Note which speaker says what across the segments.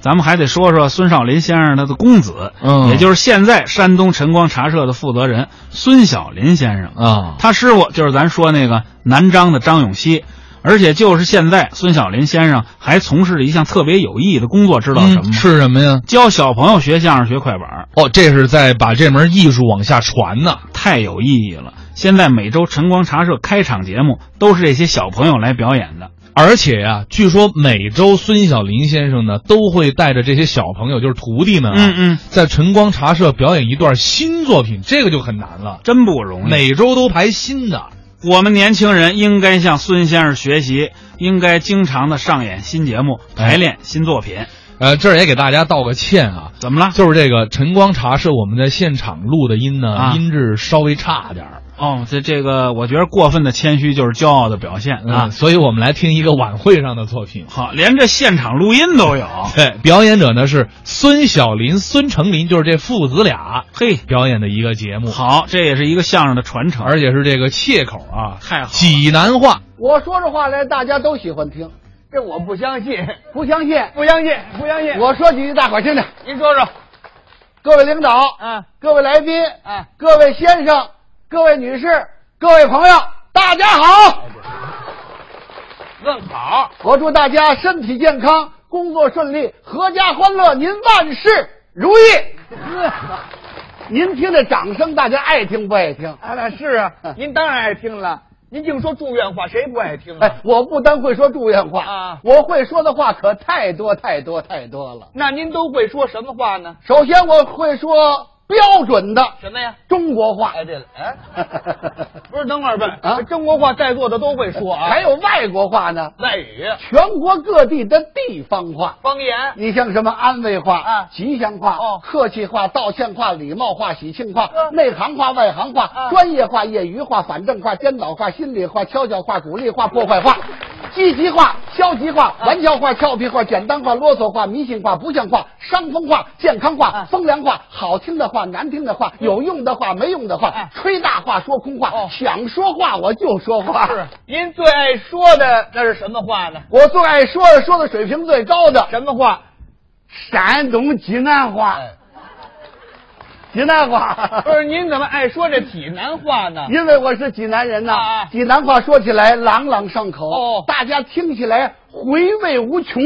Speaker 1: 咱们还得说说孙少林先生他的公子，
Speaker 2: 嗯
Speaker 1: 也就是现在山东晨光茶社的负责人孙小林先生。
Speaker 2: 啊，
Speaker 1: 他师傅就是咱说那个南张的张永熙，而且就是现在孙小林先生还从事了一项特别有意义的工作，知道什么吗？
Speaker 2: 嗯是什么呀？
Speaker 1: 教小朋友学相声、学快板儿，
Speaker 2: 哦，这是在把这门艺术往下传呢。
Speaker 1: 太有意义了。现在每周晨光茶社开场节目都是这些小朋友来表演的。
Speaker 2: 而且呀、据说每周孙小林先生呢都会带着这些小朋友，就是徒弟们啊，
Speaker 1: 嗯嗯，
Speaker 2: 在晨光茶社表演一段新作品，这个就很难了。
Speaker 1: 真不容易。
Speaker 2: 每周都排新的，
Speaker 1: 我们年轻人应该向孙先生学习，应该经常的上演新节目，排练新作品。
Speaker 2: 呃，这儿也给大家道个歉啊，
Speaker 1: 怎么了？
Speaker 2: 就是这个晨光茶社我们在现场录的音呢，
Speaker 1: 啊
Speaker 2: 音质稍微差点儿
Speaker 1: 哦，这这个，我觉得过分的谦虚就是骄傲的表现啊。
Speaker 2: 嗯所以我们来听一个晚会上的作品。
Speaker 1: 好，连这现场录音都有。
Speaker 2: 对，哎表演者呢是孙小林、孙成林，就是这父子俩
Speaker 1: 嘿，
Speaker 2: 表演的一个节目，
Speaker 1: 好，这也是一个相声的传承。
Speaker 2: 而且是这个切口啊，
Speaker 1: 太好了
Speaker 2: 济南话。
Speaker 3: 我说这话来，大家都喜欢听。这我不相信， 不相信，不相信，不相信。我说几句，大伙儿听听。您说说，各位领导，嗯，各位来宾，嗯，各位先生，各位女士，各位朋友，大家好。
Speaker 4: 问好，
Speaker 3: 我祝大家身体健康，工作顺利，阖家欢乐，您万事如 意。您听这掌声，大家爱听不爱听？
Speaker 4: 啊，那是啊，您当然爱听了。您净说祝愿话，谁不爱听啊？
Speaker 3: 哎，我不单会说祝愿话
Speaker 4: 啊
Speaker 3: 我会说的话可太多太多太多了。
Speaker 4: 那您都会说什么话呢？
Speaker 3: 首先我会说标准的
Speaker 4: 什么呀？
Speaker 3: 中国话，
Speaker 4: 哎，对了，哎， 不是，等会儿吧？
Speaker 3: 啊
Speaker 4: 中国话在座的都会说啊，
Speaker 3: 还有外国话呢，
Speaker 4: 外语、
Speaker 3: 全国各地的地方话。
Speaker 4: 方言，
Speaker 3: 你像什么安慰话、
Speaker 4: 啊
Speaker 3: 吉祥话、
Speaker 4: 哦
Speaker 3: 客气话、道歉话、礼貌话、喜庆话、
Speaker 4: 嗯
Speaker 3: 内行话、外行话、
Speaker 4: 啊
Speaker 3: 专业话、业余话、反正话、颠倒话、心里话、悄悄话、鼓励话、破坏话。积极话、消极话、
Speaker 4: 啊
Speaker 3: 玩笑话、俏皮话、简单话、啰嗦话、迷信话、不像话、伤风话、健康话、
Speaker 4: 啊嗯
Speaker 3: 风凉话、好听的话、难听的话、有用的话、没用的话
Speaker 4: 啊、
Speaker 3: 吹大话、说空话
Speaker 4: 哦，
Speaker 3: 想说话我就说话。
Speaker 4: 是您最爱说的那是什么话呢？
Speaker 3: 我最爱说的，说的水平最高的，
Speaker 4: 什么话？
Speaker 3: 山东济南话，
Speaker 4: 哎
Speaker 3: 济南话，
Speaker 4: 不是，您怎么爱说这济南话呢？
Speaker 3: 因为我是济南人呐、
Speaker 4: 啊啊
Speaker 3: 济南话说起来朗朗上口，
Speaker 4: 哦
Speaker 3: 大家听起来回味无穷。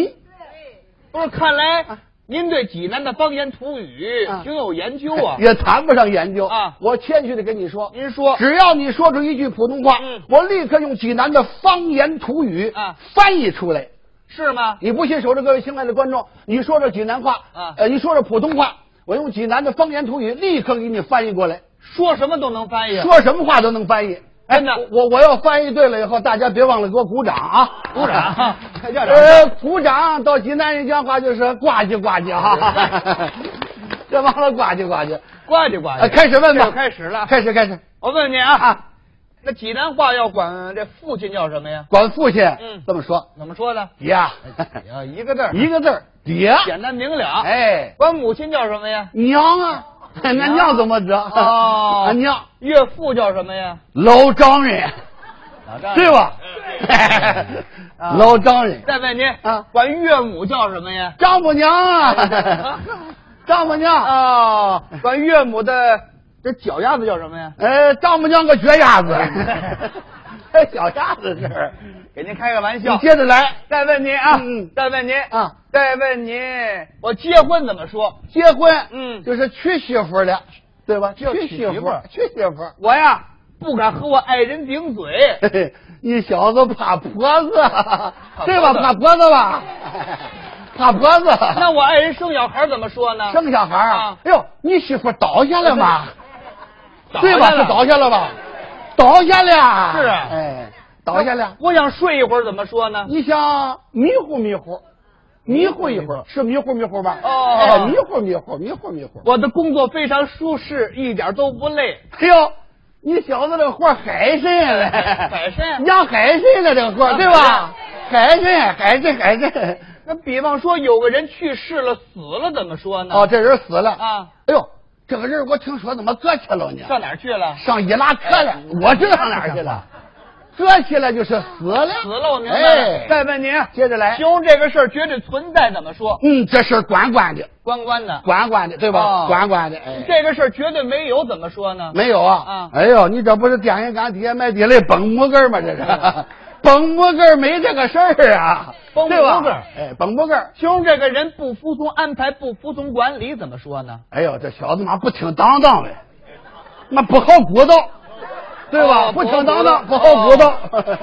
Speaker 4: 不是，看来您对济南的方言土语
Speaker 3: 啊
Speaker 4: 挺有研究啊。
Speaker 3: 也谈不上研究
Speaker 4: 啊
Speaker 3: 我谦虚的跟你说，
Speaker 4: 您说
Speaker 3: 只要你说出一句普通话，
Speaker 4: 嗯
Speaker 3: 我立刻用济南的方言土语
Speaker 4: 啊
Speaker 3: 翻译出来。
Speaker 4: 是吗？
Speaker 3: 你不信，守着各位亲爱的观众，你说说济南话
Speaker 4: 啊
Speaker 3: 呃，你说说普通话，我用济南的方言土语立刻给你翻译过来。
Speaker 4: 说什么都能翻译。啊
Speaker 3: 说什么话都能翻译。哎
Speaker 4: 真的
Speaker 3: 我我我要翻译对了以后，大家别忘了给我鼓掌啊！
Speaker 4: 鼓掌叫掌
Speaker 3: 呃，鼓掌到济南人讲话就是呱唧呱唧 啊，这完了呱唧呱唧。
Speaker 4: 呱唧呱唧。
Speaker 3: 呃，开始问吧，
Speaker 4: 这就哎开始了。
Speaker 3: 开始开始，
Speaker 4: 我问你啊，那济南话要管这父亲叫什么呀？
Speaker 3: 管父亲
Speaker 4: 嗯
Speaker 3: 这么说，
Speaker 4: 怎么说的？
Speaker 3: 爹啊，
Speaker 4: 啊，一个字儿，
Speaker 3: 一个字儿爹，
Speaker 4: 简单明了。，
Speaker 3: 嗯哎，
Speaker 4: 管母亲叫什么呀？
Speaker 3: 娘啊， 那
Speaker 4: 娘
Speaker 3: 娘怎么着？
Speaker 4: 哦
Speaker 3: 啊娘，
Speaker 4: 岳父叫什么呀？
Speaker 3: 老丈人，
Speaker 4: 老丈人
Speaker 3: 对吧？
Speaker 4: 啊
Speaker 3: 老丈人，
Speaker 4: 再问您
Speaker 3: 啊
Speaker 4: 管岳母叫什 么呀？
Speaker 3: 丈母娘 啊，丈母娘啊，
Speaker 4: 哦，管岳母的这脚丫子叫什么呀？
Speaker 3: 呃，丈母娘个脚丫 子，还脚丫子这儿，
Speaker 4: 给您开个玩
Speaker 3: 你
Speaker 4: 笑。
Speaker 3: 接着来
Speaker 4: 再问您啊，
Speaker 3: 嗯
Speaker 4: 再问您，
Speaker 3: 啊。
Speaker 4: 再问您，我结婚怎么说？
Speaker 3: 结婚，
Speaker 4: 嗯
Speaker 3: 就是娶媳妇儿了，对吧？
Speaker 4: 就
Speaker 3: 娶
Speaker 4: 娶
Speaker 3: 媳
Speaker 4: 媳妇
Speaker 3: 妇儿
Speaker 4: 儿，
Speaker 3: 娶媳妇儿。
Speaker 4: 我呀不敢和我爱人顶嘴。
Speaker 3: 嘿嘿你小子怕婆 子，
Speaker 4: 婆子
Speaker 3: 对吧？怕婆子吧， 怕婆子。
Speaker 4: 那我爱人生小孩怎么说 呢？
Speaker 3: 生小孩儿啊
Speaker 4: 啊？
Speaker 3: 哎呦，你媳妇儿倒下了吗？
Speaker 4: 倒
Speaker 3: 对吧？
Speaker 4: 下
Speaker 3: 是
Speaker 4: 了
Speaker 3: 倒下了吧？倒下了。
Speaker 4: 是啊
Speaker 3: 哎，倒下了。
Speaker 4: 我想睡一会儿，怎么说呢？
Speaker 3: 你想迷糊迷糊，迷糊一会儿是迷糊迷糊吧？
Speaker 4: 哦
Speaker 3: 哎迷糊迷糊，迷糊迷糊。
Speaker 4: 我的工作非常舒适，一点都不累。
Speaker 3: 哎呦，你小子这活儿海参呀嘞，
Speaker 4: 海参
Speaker 3: 养海参了这活儿，对吧
Speaker 4: 啊？
Speaker 3: 海参，海参，海参。
Speaker 4: 那比方说，有个人去世了，死了，怎么说呢？
Speaker 3: 哦，这人死了
Speaker 4: 嗯啊！
Speaker 3: 哎呦，这个人我听说怎么搁去了呢？
Speaker 4: 上哪儿去了？嗯
Speaker 3: 上伊拉克了，我知道上哪儿去了。搁起来就是死了，
Speaker 4: 死了我明白了
Speaker 3: 哎
Speaker 4: 再问您
Speaker 3: 接着来，
Speaker 4: 熊这个事儿绝对存在，怎么说？
Speaker 3: 嗯，这事儿管管的，
Speaker 4: 关关的，
Speaker 3: 管管的，对
Speaker 4: 哦
Speaker 3: 吧？管管的，哎，
Speaker 4: 这个事儿绝对没有，怎么说呢？
Speaker 3: 没有啊
Speaker 4: 啊？
Speaker 3: 哎呦，你这不是电线杆底下埋地雷崩木根儿吗？这是 崩木根儿没这个事儿啊，
Speaker 4: 崩木
Speaker 3: 对吧
Speaker 4: 根儿
Speaker 3: 哎，崩木根儿。
Speaker 4: 熊这个人不服从安排，不服从管理，怎么说呢？
Speaker 3: 哎呦，这小子妈不听当当的，那不好鼓捣，对吧？
Speaker 4: 哦
Speaker 3: 不听当当，
Speaker 4: 不
Speaker 3: 不
Speaker 4: 好
Speaker 3: 好
Speaker 4: 鼓
Speaker 3: 鼓
Speaker 4: 捣
Speaker 3: 捣。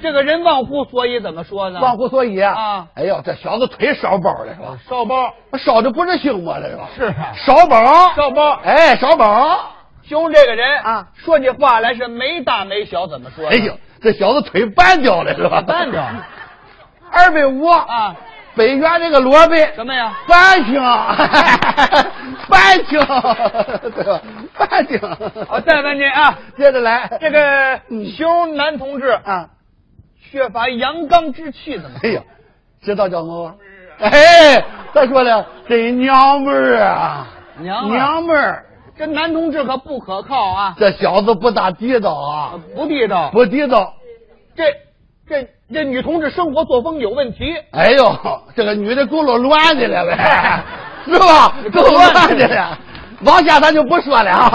Speaker 4: 这个人忘乎所以，怎么说呢？
Speaker 3: 忘乎所以啊！
Speaker 4: 啊
Speaker 3: 哎呦，这小子忒烧包了是吧？
Speaker 4: 烧包，
Speaker 3: 烧的不是性魔了是吧？
Speaker 4: 是啊
Speaker 3: 烧包，
Speaker 4: 烧包。
Speaker 3: 哎，烧包。
Speaker 4: 熊这个人
Speaker 3: 啊，
Speaker 4: 说起话来是没大没小，怎么说呢？
Speaker 3: 哎呦，这小子腿绊掉了是吧？
Speaker 4: 半着
Speaker 3: 二百五
Speaker 4: 啊，
Speaker 3: 北园这个萝卜
Speaker 4: 什么呀？
Speaker 3: 半青，半青，对 吧？半青。
Speaker 4: 我再问您啊，
Speaker 3: 接着来，
Speaker 4: 这个
Speaker 3: 嗯
Speaker 4: 熊男同志
Speaker 3: 啊，
Speaker 4: 缺乏阳刚之气，怎么
Speaker 3: 哎呦，知道叫我？哎，他说了，这娘们儿啊，
Speaker 4: 娘们儿
Speaker 3: 娘们儿，
Speaker 4: 这男同志可不可靠啊，
Speaker 3: 这小子不大地道啊，
Speaker 4: 不地道。
Speaker 3: 不地道。
Speaker 4: 这这这女同志生活作风有问题，
Speaker 3: 哎呦，这个女的够了乱的了 呗，是吧？够乱的 了。往下咱就不说了啊。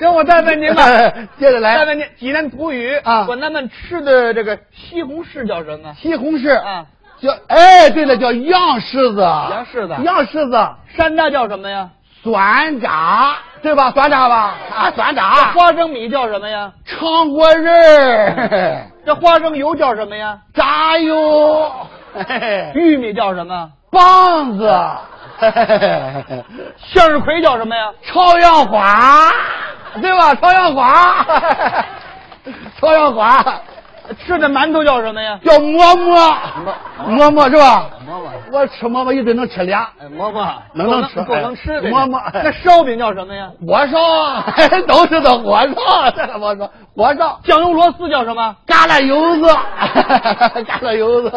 Speaker 4: 行我再问您吧
Speaker 3: 接着
Speaker 4: 再
Speaker 3: 来。
Speaker 4: 问您，济南土语
Speaker 3: 啊
Speaker 4: 管他们吃的这个西红柿叫什么？
Speaker 3: 西红柿
Speaker 4: 啊，
Speaker 3: 叫哎，对了，叫洋柿子。
Speaker 4: 洋柿子
Speaker 3: 洋柿子，
Speaker 4: 山楂叫什么呀？
Speaker 3: 酸渣，对吧？酸渣吧，啊，酸渣。
Speaker 4: 花生米叫什 么呀？
Speaker 3: 炝锅 仁儿，
Speaker 4: 这花生油叫什么呀？
Speaker 3: 炸油，嘿嘿
Speaker 4: 玉米叫什么？
Speaker 3: 棒子， 嘿嘿嘿
Speaker 4: 向日葵叫什么呀？
Speaker 3: 朝阳花，对吧？朝阳花， 嘿嘿嘿朝阳花
Speaker 4: 吃的馒头叫什么呀？
Speaker 3: 叫馍馍，馍馍哎是吧？我吃馍馍一顿能吃俩，
Speaker 4: 蘑菇
Speaker 3: 能
Speaker 4: 够
Speaker 3: 能吃
Speaker 4: 够能吃的。
Speaker 3: 哎蘑 菇哎
Speaker 4: 那烧饼叫什么呀？
Speaker 3: 火烧， 嘿嘿都是的火烧，这个我说火烧，
Speaker 4: 酱油螺丝叫什么？
Speaker 3: 橄榄油子， 嘿嘿嘿橄榄油子。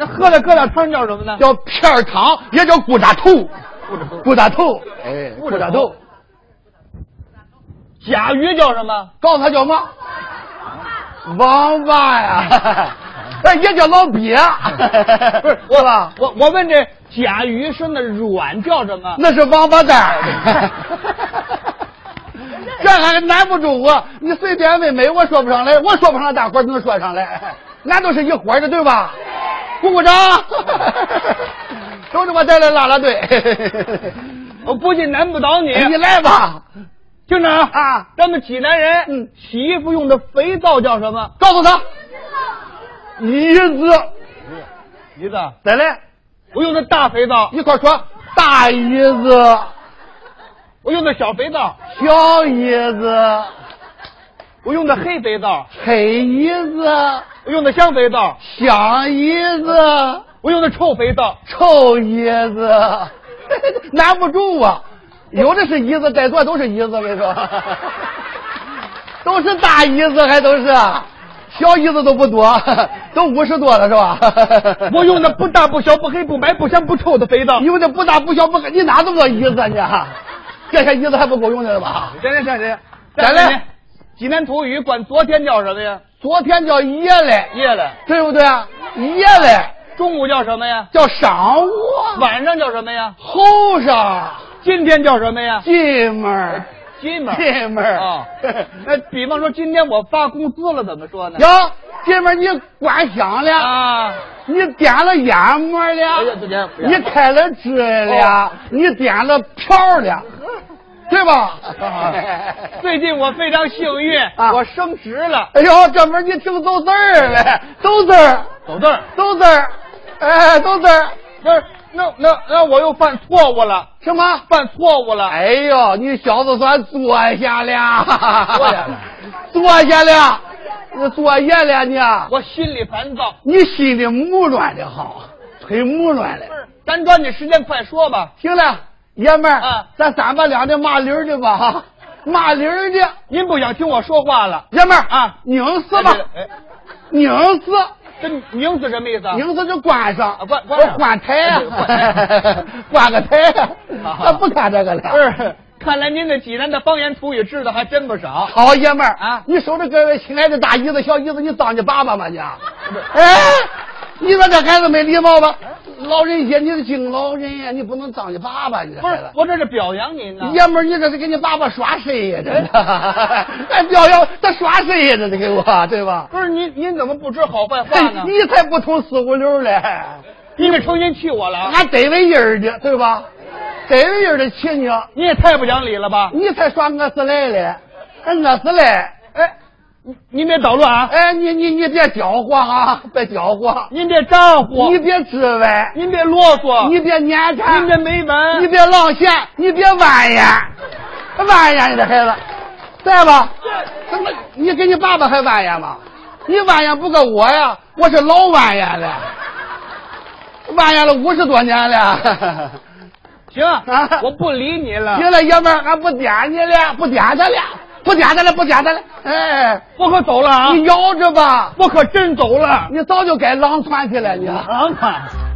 Speaker 4: 那喝的疙瘩汤叫什么呢？
Speaker 3: 叫片儿汤，也叫骨渣头，骨渣头，哎，
Speaker 4: 骨
Speaker 3: 骨
Speaker 4: 渣
Speaker 3: 渣
Speaker 4: 头
Speaker 3: 头，
Speaker 4: 甲鱼叫什么？
Speaker 3: 告诉他叫嘛？王八呀， 哎，也叫老鳖，
Speaker 4: 不是
Speaker 3: 我吧？
Speaker 4: 我我问这甲鱼身的软叫什么？
Speaker 3: 那是王八蛋儿，这还难不住我，你随便问问，我说不上来，我说不上来，大伙儿能说上来，咱都是一伙儿的，对吧？鼓鼓掌，都是我带来拉拉队，哎
Speaker 4: 我估计难不倒你。
Speaker 3: 你来吧，
Speaker 4: 厅长
Speaker 3: 啊
Speaker 4: 咱们济南人，
Speaker 3: 嗯，
Speaker 4: 洗衣服用的肥皂叫什么？
Speaker 3: 告诉他，一字。
Speaker 4: 鱼子，
Speaker 3: 再来，
Speaker 4: 我用的大肥皂，
Speaker 3: 一块儿说大椅子、
Speaker 4: 我用的小肥皂，
Speaker 3: 小椅子、
Speaker 4: 我用的黑肥皂，
Speaker 3: 黑椅子、
Speaker 4: 我用的香肥皂，
Speaker 3: 香椅子、
Speaker 4: 我用的臭肥 皂。
Speaker 3: 臭椅子，难不住啊！有的是椅子，在座都是椅子，我跟你说，都是大椅子，还都是啊小椅子都不多，都五十多了是吧？
Speaker 4: 我用的不大不小不黑不白不香不臭的肥 皂。
Speaker 3: 因为这不大不小不，你哪这么多椅子啊你？这些椅子还不够用的了吧？
Speaker 4: 行行行行，
Speaker 3: 再来。
Speaker 4: 济南土语管昨天叫什么呀？
Speaker 3: 昨天叫夜来，
Speaker 4: 夜了。
Speaker 3: 对不对啊？夜来
Speaker 4: 中午叫什么呀？
Speaker 3: 叫晌午，
Speaker 4: 晚上叫什么呀？
Speaker 3: 后晌
Speaker 4: 今天叫什么呀？
Speaker 3: 进门儿，
Speaker 4: 今门儿
Speaker 3: 进门儿
Speaker 4: 啊。那比方说，今天我发工资了，怎么说呢？
Speaker 3: 哟，进门你关香了，
Speaker 4: 啊，
Speaker 3: 你点了烟幕
Speaker 4: 哎呀
Speaker 3: 了，
Speaker 4: 不行不行
Speaker 3: 你开了支
Speaker 4: 哦
Speaker 3: 了，你点了票 了，对吧？
Speaker 4: 最近我非常幸运，
Speaker 3: 啊
Speaker 4: 我升职了，
Speaker 3: 哎呦，这门你听走字儿了，走字儿，
Speaker 4: 走字儿。
Speaker 3: 走字儿，哎，走字儿，
Speaker 4: 那那那那我又犯错误了，
Speaker 3: 什么？
Speaker 4: 犯错误了。
Speaker 3: 哎呦，你小子算坐下了，
Speaker 4: 坐下了，
Speaker 3: 坐下了，你坐下了你，
Speaker 4: 我心里烦躁。
Speaker 3: 你心里木乱的好，忒木乱了。
Speaker 4: 咱抓紧时间，快说吧。
Speaker 3: 行了，爷们儿，
Speaker 4: 啊
Speaker 3: 咱三八两的骂驴儿的吧， 哈骂驴儿的，
Speaker 4: 您不想听我说话了？
Speaker 3: 爷们儿
Speaker 4: 啊
Speaker 3: 拧死吧，
Speaker 4: 哎，
Speaker 3: 拧死，
Speaker 4: 这拧死什么意思啊？
Speaker 3: 拧死就关上
Speaker 4: 啊，关关上
Speaker 3: 关台呀
Speaker 4: 关台，
Speaker 3: 关个台呀
Speaker 4: 啊，
Speaker 3: 咱不看这个了。
Speaker 4: 不是，看来您对济南的方言土语知道还真不少。
Speaker 3: 好爷们儿
Speaker 4: 啊
Speaker 3: 你守着各位亲爱的大姨子、小姨子，你当你爸爸吗你？哎，你说这孩子没礼貌吧？老人家，你是敬老人呀，你不能当你爸爸，你这
Speaker 4: 不
Speaker 3: 孩
Speaker 4: 是
Speaker 3: 子，。
Speaker 4: 我这是表扬您呢。
Speaker 3: 爷们儿，你这是给你爸爸耍谁 呀？这是，还表扬哎他耍谁呀？这是给我，对吧？哎
Speaker 4: 不是您，您怎么不知好坏话 呢？
Speaker 3: 你才不通四五六嘞，
Speaker 4: 你可成心气我了，
Speaker 3: 俺逮为人儿的，对吧？逮为人儿的亲戚，
Speaker 4: 你也太不讲理了吧！
Speaker 3: 你才耍我是来嘞，还我是来。
Speaker 4: 哎，您您别捣乱啊！
Speaker 3: 哎，你你你别搅和啊，别搅和，
Speaker 4: 您别咋呼，
Speaker 3: 你别指歪，
Speaker 4: 您别啰嗦，
Speaker 3: 你别撵缠，
Speaker 4: 哦您别没门，
Speaker 3: 你别浪线，你别弯眼，弯眼你这孩子，在吧？怎么你跟你爸爸还弯眼吗？你弯眼不跟我呀，我是老弯眼了，弯眼了五十多年 了。
Speaker 4: 行
Speaker 3: 啊，
Speaker 4: 我不理你了，
Speaker 3: 行了，爷们儿，俺不点你了，不点他了，不点他了，不点他了。哎，
Speaker 4: 我可走了啊，
Speaker 3: 你摇着吧，
Speaker 4: 我可真走了，
Speaker 3: 你早就该狼窜去了，你。
Speaker 4: 尝尝。